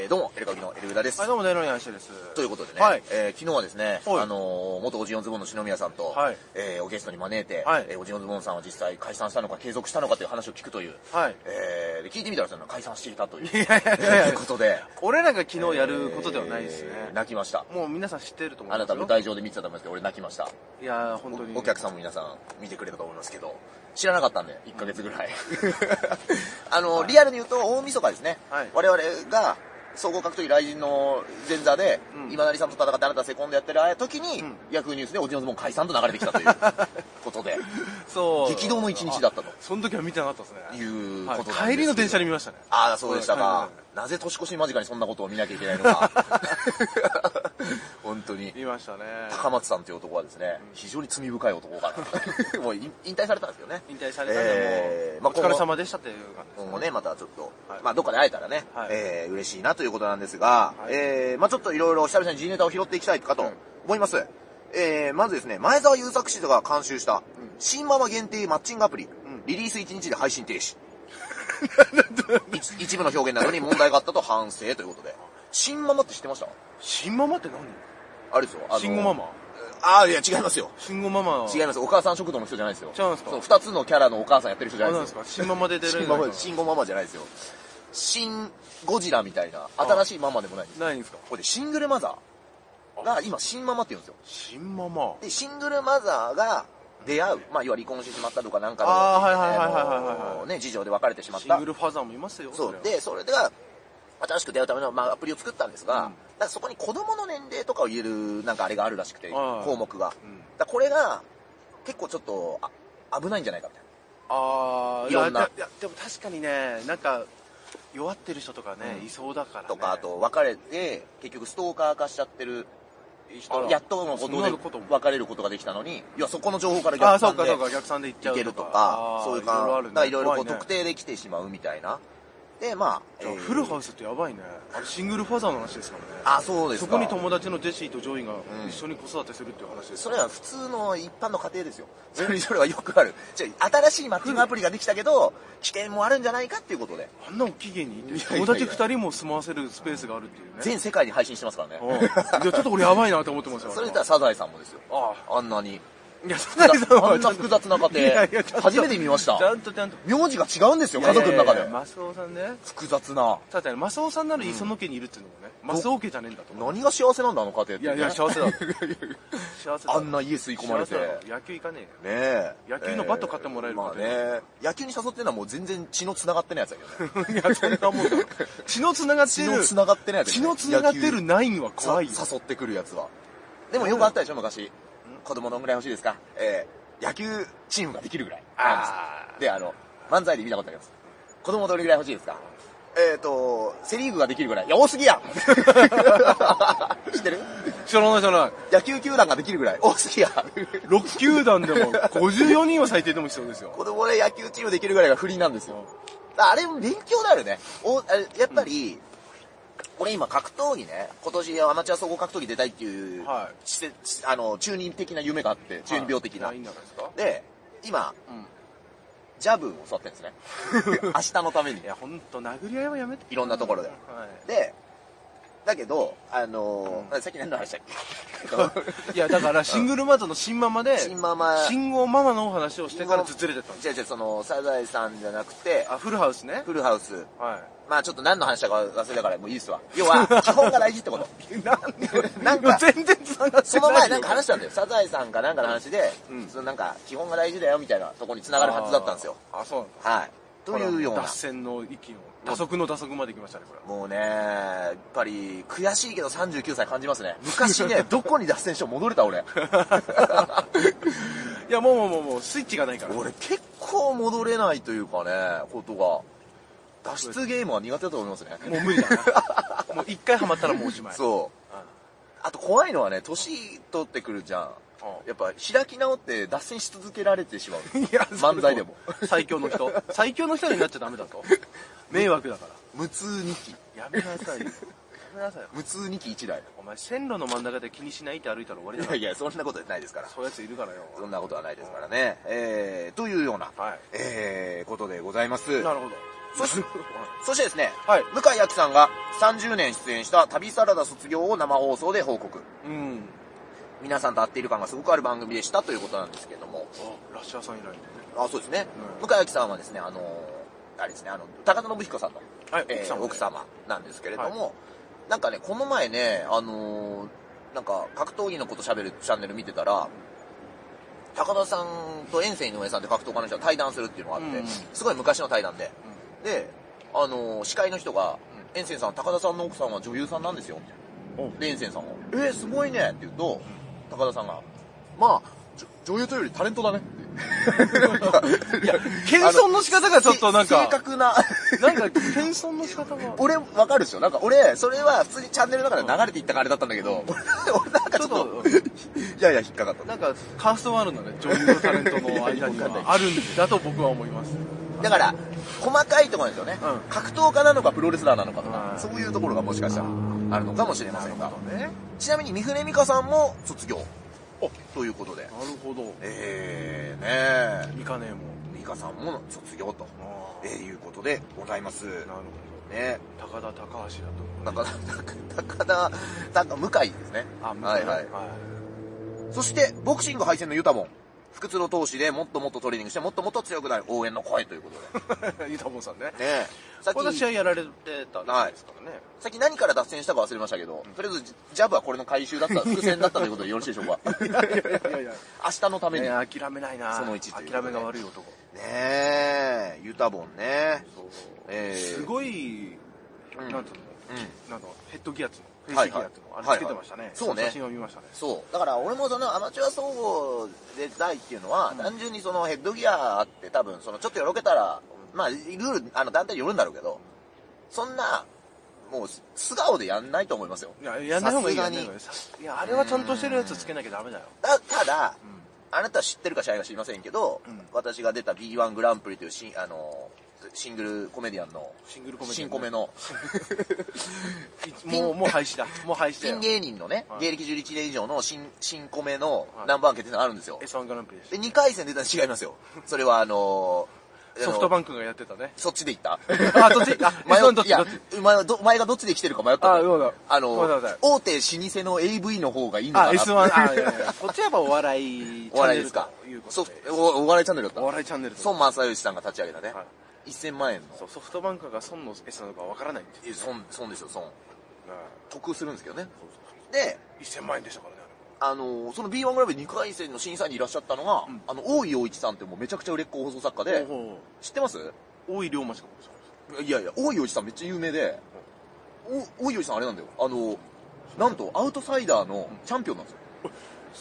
えーどうも、エルカギのエルウダですはい、。どうも、ネロニアンシェです。ということでね、はいえー昨日はですね、はいあのー元オジオンズボンの篠宮さんと、はいえーおゲストに招いて、はいえーオジオンズボンさんは実際解散したのか継続したのかという話を聞くという、はいえーで聞いてみたらその解散していたといういやいやいや ということで、俺らが昨日やることではないですね。えー泣きました。もう皆さん知ってると思あうなんでたすよ。舞台上で見てたと思いますけど、俺泣きました。いやー、本当に。お客さんも皆さん見てくれたと思いますけど、知らなかったんで、1ヶ月ぐらい。 あの、リアルに言うと大晦日ですね。はい我々が、総合格闘技雷神の前座で、うん今成さんと戦ってあなたセコンドやってるああいう時に、うんヤフーニュースでオジオズボン解散と流れてきたということ で、そう。激動の一日だったとその時は見てなかったですね。いうはことなんですけど帰りの電車で見ましたね。ああ、そうでしたはか。なぜ年越し間近にそんなことを見なきゃいけないの か。本当にい。見ましたね。高松さんという男はですね、非常に罪深い男か な。もう引引退されたんですけどね。引退されたんで、もう、えーまあお疲れ様でしたっていう感じです今後ね、またちょっと、はいまあどっかで会えたらね、はいえー嬉しいなということなんですが、はいえーまあちょっといろいろ久々に G ネタを拾っていきたいかとはい思います。えーまずですね、前澤友作氏が監修した、ん新ママ限定マッチングアプリ、んリリース1日で配信停 止。一一部の表現などに問題があったと反省ということで。新ママって知ってました新ママって何あれですよ。あの新語ママああ、いや違いますよ。新語ママは。違います。お母さん食堂の人じゃないですよ。違うんですかそう、二つのキャラのお母さんやってる人じあゃななんいでですすよか。新ママで出れる新のマかマ、新ゴママじゃないですよ。新ゴジラみたいな、新しいママでもないんです。ないんですかこれでシングルマザーが今新ママって言うんですよ。新ママ。で、シングルマザーが出会う。まあ、要は離婚してしまったとかなんかの、あーはいはいはいはいはいはいあのーね、事情で別れてしまっシンたグ。ルファザーもいますよ。それうは。で、それが、新しく出会うための、まあ、アプリを作ったんですが、うんなんかそこに子供の年齢とかを入れる、なんかあれがあるらしくて、はい項目が。うんだからこれが、結構ちょっと、あ危ないんじゃないかみたいな。ああいろんなややでも確かにねなんか弱ってる人とかね、うんいそうだから、ね、とか、あと別れて、結局ストーカー化しちゃってるあ人、らやっとのことそでんなことも別れることができたのに、いや、そこの情報からああ逆そ算うかでそうか逆算でいっちゃいうけるとか、そういうあーろあ感るじ、ねだからいろいろこう怖ね特定できてしまうみたいな。で、まあ、じゃあえーフルハウスってやばいねあれシングルファザーの話ですからねあ、そうですそか。こに友達のジェシーとジョイがん一緒に子育てするっていう話ですそかれら、は普通の一般の家庭ですよ。それそれはよくある。じゃあ新しいマッチングアプリができたけど、危険もあるんじゃないかっていうことで、あんな大きい家にいていやいやいや友達2人も住まわせるスペースがあるっていうね全世界に配信してますからうんね。いやちょっと俺やばいなと思ってますよそれ言ったらサザエさんもですよ。ああんなに。あいや そんなにそうあんな複雑な家いやい庭やちょっと、初めて見ましちゃた。んとちゃんと名字が違うんですよ、家族の中いやでいやい。やマスオさんね複雑な。ただね、マスオさんなら磯野家にいるっていうのもね、マスオ家じゃねえんだと。何が幸せなんだ、あの家庭って、ね。いやいや、幸せだ。 幸せだ。あんな家吸い込まれて。幸せねだ野球行かねえよ。え。野球のバット買ってもらえるま家あね。野球に誘ってるのはもう全然血の繋がってないやつだ けどね。いや、そんなもんだろ。血の繋がって血るの、繋がってないやつだ血けどのね、繋がってるナインは怖いよ野球。さ誘ってくるやつは。でもよくあったでしょ、昔。子供どんぐらい欲しいですかえー、野球チームができるぐらい。あーで、あの、漫才で見たことあります。子供どれぐらい欲しいですかえっ、ー、と、セリーグができるぐらい。いや、多すぎや 知ってる知らない知らない。野球球団ができるぐらい。多すぎや6球団でも54人は最低でも必要ですよ。子供で野球チームできるぐらいが不倫なんですよ。あれ、勉強になるね。おあれやっぱり、俺今格闘技ね、今年アマチュア総合格闘技出たいっていう、はいちせちあの、中二的な夢があって、中二病的な。はいいいんじゃないですか。で、今、うんジャブを教わってるん ですね。明日のためにい。や、ほんと、殴り合いはやめて。いろんなところではい。で、だけど、あのーさっき何の話だっけ いや、だから、シングルマザーの新ママで、新ママ信号ママのお話をしてからずれてったんです。違う違う、その、サザエさんじゃなくて、あ、フルハウスね。フルハウス。はまあちょっと何の話だか忘れたからもういいですわ。要は、基本が大事って こと。い。なんでなんか全然繋がってないよ。その前なんか話したんだよ。サザエさんかなんかの話で、うんそのなんか、基本が大事だよみたいなとこに繋がるはずだったんですよ。あー。あ、そうなんだ。はい。というような脱。線の域の、打足の打足まで来ましたね、これは。もうね、やっぱり、悔しいけど39歳感じますね。昔 ね、どこに脱線しても戻れた俺。いや、もうもうもうもう、スイッチがないから。俺結構戻れないというかね、ことが。脱出ゲームは苦手だと思いますね。もう無理だ な。もう一回ハマったらもうおしまい。う。そう。あと怖いのはね、年取ってくるじゃん。やっぱ開き直って脱線し続けられてしまう。 いや、漫才でも。最強の人。最強の人になっちゃダメだと。 迷惑だか無痛二期。ら。やめなさいよ。やめなさいよ。無痛二期一台。お前、線路の真ん中で気にしないって歩いたら終わいりだやから。いや、そんなことないですから。そういうやついるからよ。そんなことはないですからね。えー、というような、はいえー、ことでございます。なるほど。そしそしてですね、はい向井亜紀さんが30年出演した旅サラダ卒業を生放送で報告。 うん。皆さんと会っている感がすごくある番組でしたということなんですけれども。あ、ラッシャーさん以来ね。あ、そうですね。う向井亜紀さんはですね、あのーあれですね、あの、高田信彦さんの、はいえー奥様ね奥様なんですけれども、なんかね、この前ね、あのーなんか格闘技のこと喋るチャンネル見てたら、高田さんと遠征井上さんって格闘家の人が対談するっていうのがあって、うんうんすごい昔の対談で。で、あのー司会の人が、遠征さん、高田さんの奥さんは女優さんなんですよ、みたいな。で、遠征さんが、えー、すごいねって言うと、高田さんが、まあ、じょ女優というよりタレントだね って。いや、謙遜の仕方がちょっとなんせか正、確な。 なんか謙遜の仕方が。俺、わかるでしょなんか俺、それは普通にチャンネルの中で流れていったからだったんだけど、 俺なんかちょっと、ちょっいやいや、引っかかった。なんか、カーストがあるんだね。女優とタレントの間には。あるんだと僕は思います。だから、細かいところなんですよね、うん格闘家なのかプロレスラーなのかとかは、いそういうところがもしかしたらあるのかもしれませんが。ね。なるちなみに、三船美香さんも卒業。ということで。ほど。えー、ねいかねえもん。え。美香さんも卒業と、あえーいうことでございます。あなるねほど。高田、高橋だと思う。高田、高田、高田、向井ですね。あ、向井はいはい。そして、ボクシング敗戦のユタボン。不屈の闘志でもっともっとトレーニングして、もっともっと強くなる応援の声ということで。い。 ゆたぼんさんね。ねえ。さっこのき試、合やられてたんですからね。さっき何から脱線したか忘れましたけど、とりあえずジ、ジャブはこれの回収だった、伏線だったということでよろしいでしょうか。いやいや。明日のために。ねね諦めないなその一ということで諦めが悪い男え、ユタボンね。えーすごい、うんなんつうの、うんなんかヘッドギアっつうのフェはイいスギはいアっつうのあれつけてましたね、はいはいそうねの写真を見ましたねそう。だから俺もそのアマチュア総合で第一っていうのは、単純にそのヘッドギアあって多分、そのちょっとよろけたら、まあ、ルール、あの団体によるんだろうけど、そんな、もう素顔でやんないと思いますよ。いややんない方がいいよさすがにやんない方がいいさすいやあれはちゃんとしてるやつつけなきゃダメだよだただ、うんあなたは知ってるか試合は知りませんけど、うん私が出た B1 グランプリというシンあのシングルコメディアンの、シングルコメディア新ンねコメの、いもうもう廃止だもう廃止だ新よ芸人のね、はい芸歴11年以上の新新コメのはいナンバーワン決定戦あるんですよ。 S1 グランプリでで、す2回戦出たら違いますよ。それはあのー、ソフトンク。バンクがやってたねそっちで行った。 あどっちあ S1 どっいちどやっち、お前はどお前がどっちで来てるか迷ったんだよあそうだあのごめんなさいー、大手老舗の AV の方がいいのかなあって。 S1 あいやいやこっちはやっぱお笑いチおャン笑いネでルすかというこソとフでトおお笑いチャンネルだったお笑いチャンネルと孫正義さんが立ち上げたね、はい1000万円のそうソフトバンクが孫の S なのかわからないんですよいや損損ですよ損ね得するんですけどねで1000万円でしたからねあのーその B1 グラブ2回戦の審査員にいらっしゃったのが、うんあの大井陽一さんってもうめちゃくちゃ売れっ子放送作家あれでほうほうほう知ってます大井龍馬しかそういやいや大井陽一さんめっちゃ有名で、お大井陽一さんあれなんだよあのーなんとアウトサイダーのチャンピオンなんですよ、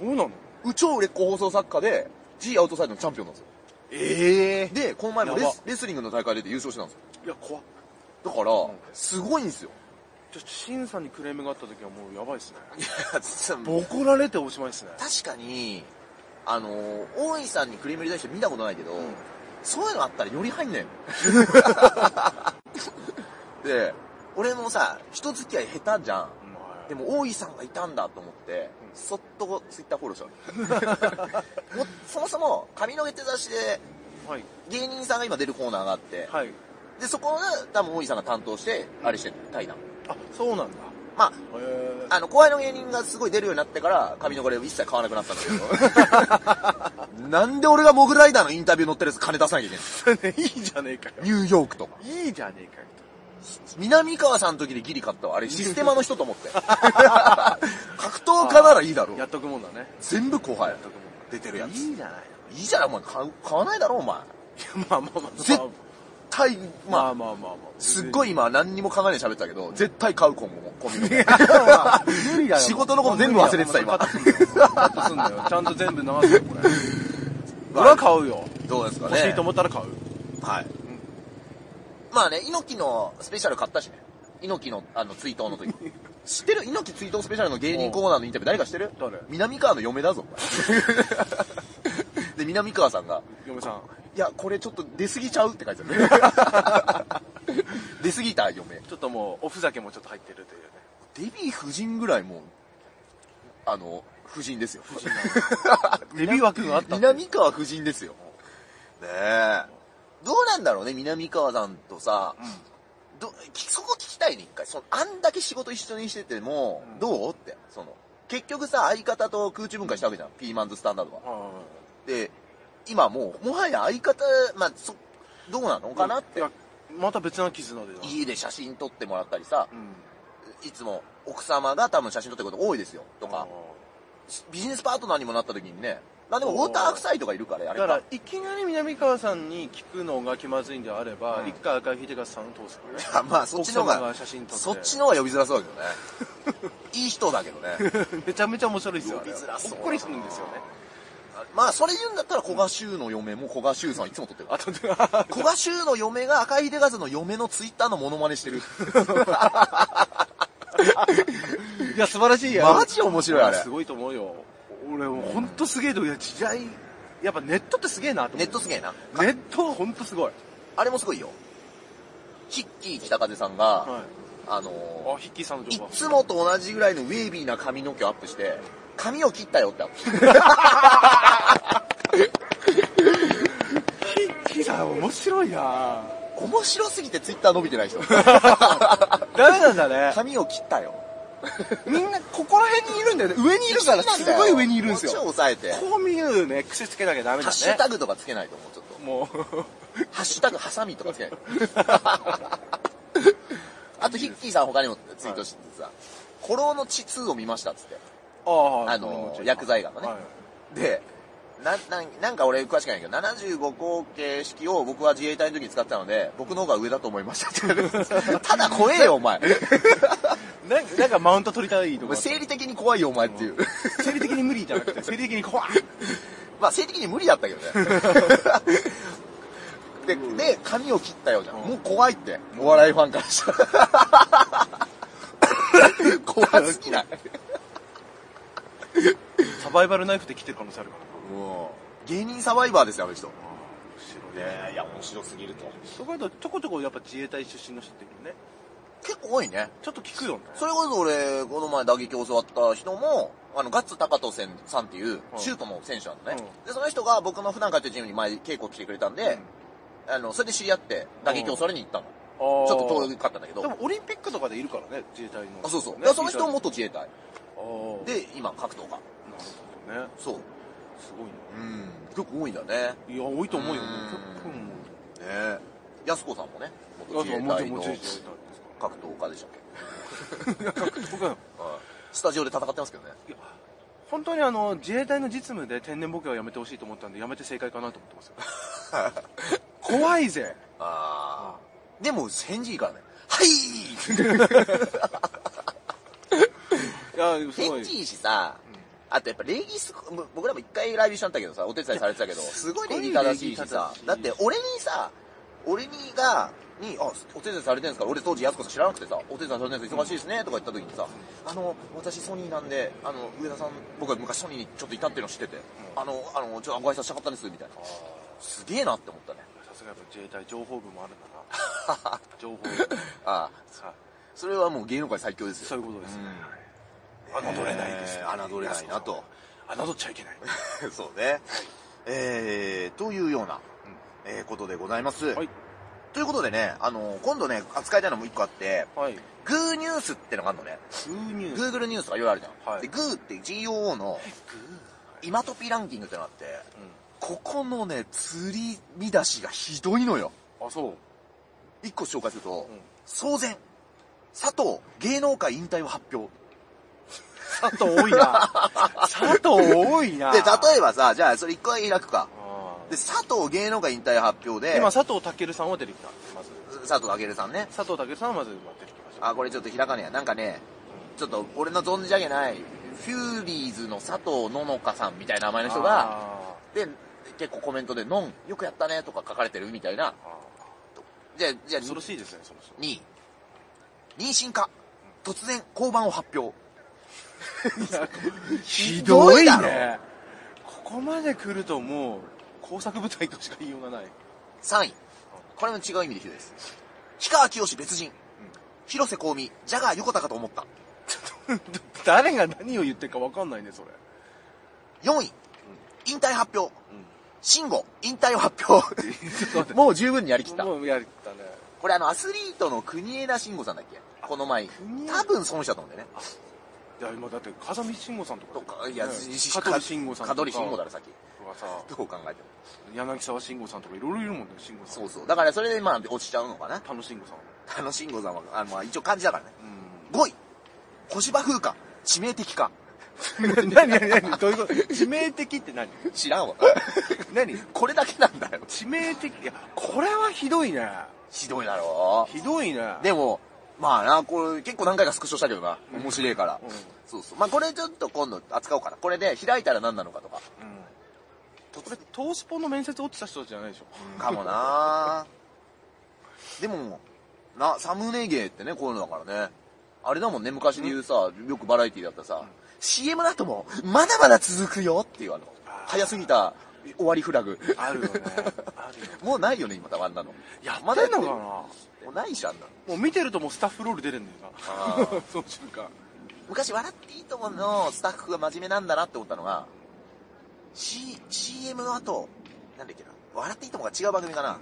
そうなのう超売れっ子放送作家で G アウトサイダーのチャンピオンなんですよええでこの前もレやばスレスリングの大会出て優勝してたんですよいや怖っだから、んすごいんですよちょっと審査にクレームがあった時はもうやばいっすねいや実は怒られておしまいっすね確かに、あのー、大井さんにクレーム入れた人見たことないけど、んそういうのあったらより入んないの。で、俺もさ、人付き合い下手じゃん。ででもも大井さんがいたんだと思って、うんそっとツイッターフォローしたの もうそもそも、髪の毛って雑誌ではい芸人さんが今出るコーナーがあって、はいで、そこを多分大井さんが担当して、あれして対談。あそうなんだまあ、へあの、後輩の芸人がすごい出るようになってから、髪の毛を一切買わなくなったんだ けど。なんで俺がモグライダーのインタビュー載ってるやつ金出さなきゃいけないえいいじゃねえかよのニューヨークとか。いいじゃねえかよ南川さんの時でギリ買ったわ。あれ、システマの人と思って。 格闘家ならいいだろやう。っとくもんだね全部後輩やっとくもんだ出てるやいつ。いじゃないいいじゃん、お前。買う買わないだろ、お前。のいやまあまあまあ絶対、ままああ、まあまあまあまあすっごい今何にも考えないで喋ったけど、絶対買う今後も、 コンビニで。無理だよ仕事のこと全部忘れてた今カットすんだよカットすんだよちゃんと全部流すよこれ俺は買うよどうですかね。欲しいと思ったら買うはい。まあね、猪木のスペシャル買ったしね。猪木のあの追悼の 時。知ってる猪木追悼スペシャルの芸人コーナーのインタビュー誰か知ってる誰南川の嫁だ ぞ、お前で、南川さんが、嫁さんいや、これちょっと出過ぎちゃうって書いてあ る。出過ぎた、嫁。ちょっともうおふざけもちょっと入ってるというねデビー夫人ぐらいもう、あの、夫人ですよ。デビュー枠があった南川夫人ですよ。ねえ。どうなんだろうね、南川さんとさ、どきそこ聞きたいね、一回。その、あんだけ仕事一緒にしてても、うんどうって、その、結局さ、相方と空中分解したわけじゃん、ピーマンズスタンダードは。で、今もう、もはや相方、まあ、そ、どうなのかなってい。やまた別な絆でな家で写真撮ってもらったりさ、うんいつも奥様が多分写真撮ってること多いですよ、とあかー。ビジネスパートナーにもなった時にね、まあでもウおーォーター臭いとかいるから、あだれか、からいきなり南川さんに聞くのが気まずいんであれば、うん一回赤井秀和さんを通す からね。あまあそっちの奥様方がが、写真撮って。そっちの方が呼びづらそうだけどね。いい人だけどね。めちゃめちゃ面白いですよ。呼びづらそうほっこりするんですよね。まあそれ言うんだったら古賀修の嫁も古賀修さんいつも撮ってる。あとで、あ古賀修の嫁が赤井秀和の嫁のツイッターのモノマネしてる。いや、素晴らしいやマジ面白いあれすごいと思うよ。俺、ほんとすげえと、いや、時代、やっぱネットってすげえなと思ネうットすげえな。ネットはほんとすごい。あれもすごいよ。ヒッキー北風さんが、はあい。のあ、ヒッキーさんのー、い情報。つもと同じぐらいのウェービーな髪の毛をアップして、髪を切ったよってアップしてる。ヒッキーさん面白いな面白すぎてツイッター伸びてない 人。ダメなんだね。髪を切ったよ。みんな、ここら辺にいるんだよね。上にいるから、すごい上にいるんですもよ。うちょい抑えて。こう見るね、癖つけなきゃダメだね。ハッシュタグとかつけないと思う、ちょっと。もハッシュタグ、ハサミとかつけ ないと。あと、ヒッキーさん他にもツイートしててさ、コロの地2を見ましたっつって。う、 ああ、あのー、薬剤映画のね。で、な、なんなんか俺詳しくないけど、75口径式を僕は自衛隊の時に使ってたので、僕の方が上だと思いましたって言われ てただ怖えよ、お前。なんか、なんかマウント取りたいおとか前。生理的に怖いよ、お前っていう。生理的に無理じゃなくて、生理的に怖い。 まあ、性的に無理だったけど ね。で、で、髪を切ったよじゃん。うんもう怖いって。お笑いファンからしたら。怖すぎない。サバイバルナイフで来てる可能性あるから。もう、芸人サバイバーですよ、あの人。ね面え、いや、面白すぎると。そう考えると、ちょこちょこやっぱ自衛隊出身の人っているね。結構多いね。ちょっと聞くよね。それこそ俺、この前打撃を教わった人も、あの、ガッツ高藤さんっていう、シュートの選手なのね、うで、その人が僕の普段通ってるチームに前稽古来てくれたんで、あの、それで知り合って、打撃を教わりに行ったの。ちょちょっと遠かったんだけどで。もオリンピックとかでいるからね、自衛隊の。あ、そうそう。ねだからその人も。元自衛隊。ああ。で、で、今、格闘家。なるほどね。そう。すごいね。うん。結構多いんだね。いや、多いと思うよ。うん結構もねやすこさんもね、う。元あと自は衛も隊ちろん、ものちろん自衛隊ですか格闘家でしたっけ 僕は、はいスタジオで戦ってますけどね。いや、本当にあの、自衛隊の実務で天然ボケはやめてほしいと思ったんで、やめて正解かなと思ってますよ。 怖いぜ。あー。でも、返事いいからね。はいいや、すご返い。事いいしさ、あとやっぱ礼儀すご、僕らも一回ライブしたんだけどさ、お手伝いされてたけど、すごい礼儀正しいしすごいさ礼儀正し、いだって俺にさ、俺にが、に、あ、お手伝いされてるんですから、俺当時やすこさん知らなくてさ、お手伝いされてるんですか忙しいですね、とか言った時にさ、あの、私ソニーなんで、あの、上田さん、僕は昔ソニーにちょっといたっていうの知ってて、あの、あの、ちょっとご挨拶したかったんです、みたいな。すげえなって思ったね。さすがやっぱ自衛隊情報部もあるんだ な。情報部。ああ、さあそれはもう芸能界最強ですよ。そういうことですねん。侮れないですね。えー侮れないなと。侮っちゃいけない。 そうね。えー、というような、えーことでございます。はいということでね、あの今度ね、扱いたいのも一個あって、はい。グーニュースってのがあるのね。収入。 Google ニュースとかいろいろあるじゃん。はいで、グーって GOO の、今トピランキングってのがあって、ここのね、釣り見出しがひどいのよ。うん。あ、そう。一個紹介すると、うん騒然。佐藤、芸能界引退を発表。佐藤多い な。佐藤多いな。で、例えばさ、じゃあそれ一個だけ開くか。あーで、佐藤芸能界引退発表で、今、佐藤健さんは出てきた。まず。佐藤健さんね。佐藤健さんはまず出てきました。あ、これちょっと開かねえや。なんかね、ちょっと俺の存じ上げない、フューリーズの佐藤ののかさんみたいな名前の人が、あで、結構コメントで、のん、よくやったねとか書かれてるみたいな。ー。あじゃあ、じゃあ、ー恐ろしいですね、その人。 2位。妊娠か。突然、降板を発表。 ひどいだろ。ここまで来るともう、工作部隊としか言いようがない。 3位。これも違う意味でひどいです。氷川きよし別人。広瀬香美、ジャガー横田かと思った。誰が何を言ってるか分かんないね、それ。 4位。引退発表。慎吾、引退を発表。もう十分にやりきった。もうやったね。これあの、アスリートの国枝慎吾さんだっけこの前国、枝多分損したと思うんだよね。いや、今だって、風見慎吾さんとか。とか、いや、ねし香取慎吾さんと香か。取慎吾だろ、さっき。とかさ、どう考えても。柳沢慎吾さんとかいろいろいるもんね、慎吾さん。そうそう。だからそれでまあ、落ちちゃうのかな。田野慎吾さん。あの慎吾さんは、あの、まあ一応漢字だからね。う5位、小芝風花、致命的か。ん。何何何どういうこと致命的って何知らん わ。何これだけなんだよ。致命的いや、これはひどいね。ひどいだろひどいね。でも、まあな、これ結構何回かスクショしたけどな。うん面白いから。うんそうそう。まあこれちょっと今度扱おうかな。これで開いたら何なのかとか。うん。これ、トースポの面接落ちた人じゃないでしょ。かもなでも、な、サムネ芸ってね、こういうのだからね。あれだもんね、昔で言うさ、よくバラエティだったさ、CM の後も、まだまだ続くよっていうあの、あー早すぎた終わりフラ グ。あるよね。あるよ。もうないよね、今、たまんなの。やってんまのだかやってなるもうないじゃんなの。もう見てるともうスタッフロール出るんだよあな。 その瞬間。昔、笑っていいと思うのスタッフが真面目なんだなって思ったのが、C、CM の後、なんだっけな、笑っていいともが違う番組かな。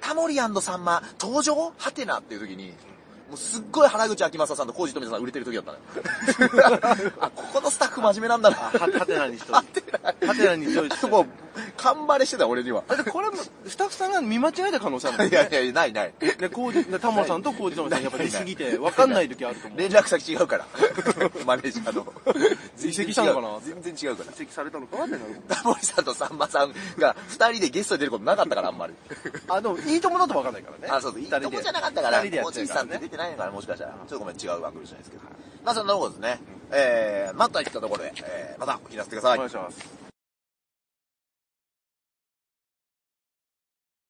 タモリさんま、登場ハテナっていう時に、もうすっごい原口秋正さんと浩二富さん売れてる時だった のよ。あ、ここのスタッフ真面目なんだな。は、はてなにしとる。 はてなにしとる。もう、勘バレしてた俺には。だってこれも、スタッフさんが見間違えた可能性あるもんいやいやいや、ないない。ね、こうじ、タモさんとコージのさんやっぱりすぎて、わかんない時あると思う。連絡先違う から。マネージャーの。移籍したのかな全然違うから。席されたのかなってなる。タモリさんとさんまさんが二人でゲストで出ることなかったから、あんまり。あ、でも、いいともだとわかんないからね。あ、そうそう。いいとこじゃなかったから、二人でやってるからおじいさんって出てね。ないのかな、もしかしたら。ちょっとごめん、違う番組じゃないですけど。まあ、そんなことですね。えー、また行ったところで、えー、またお聞きなさってください。お願いします。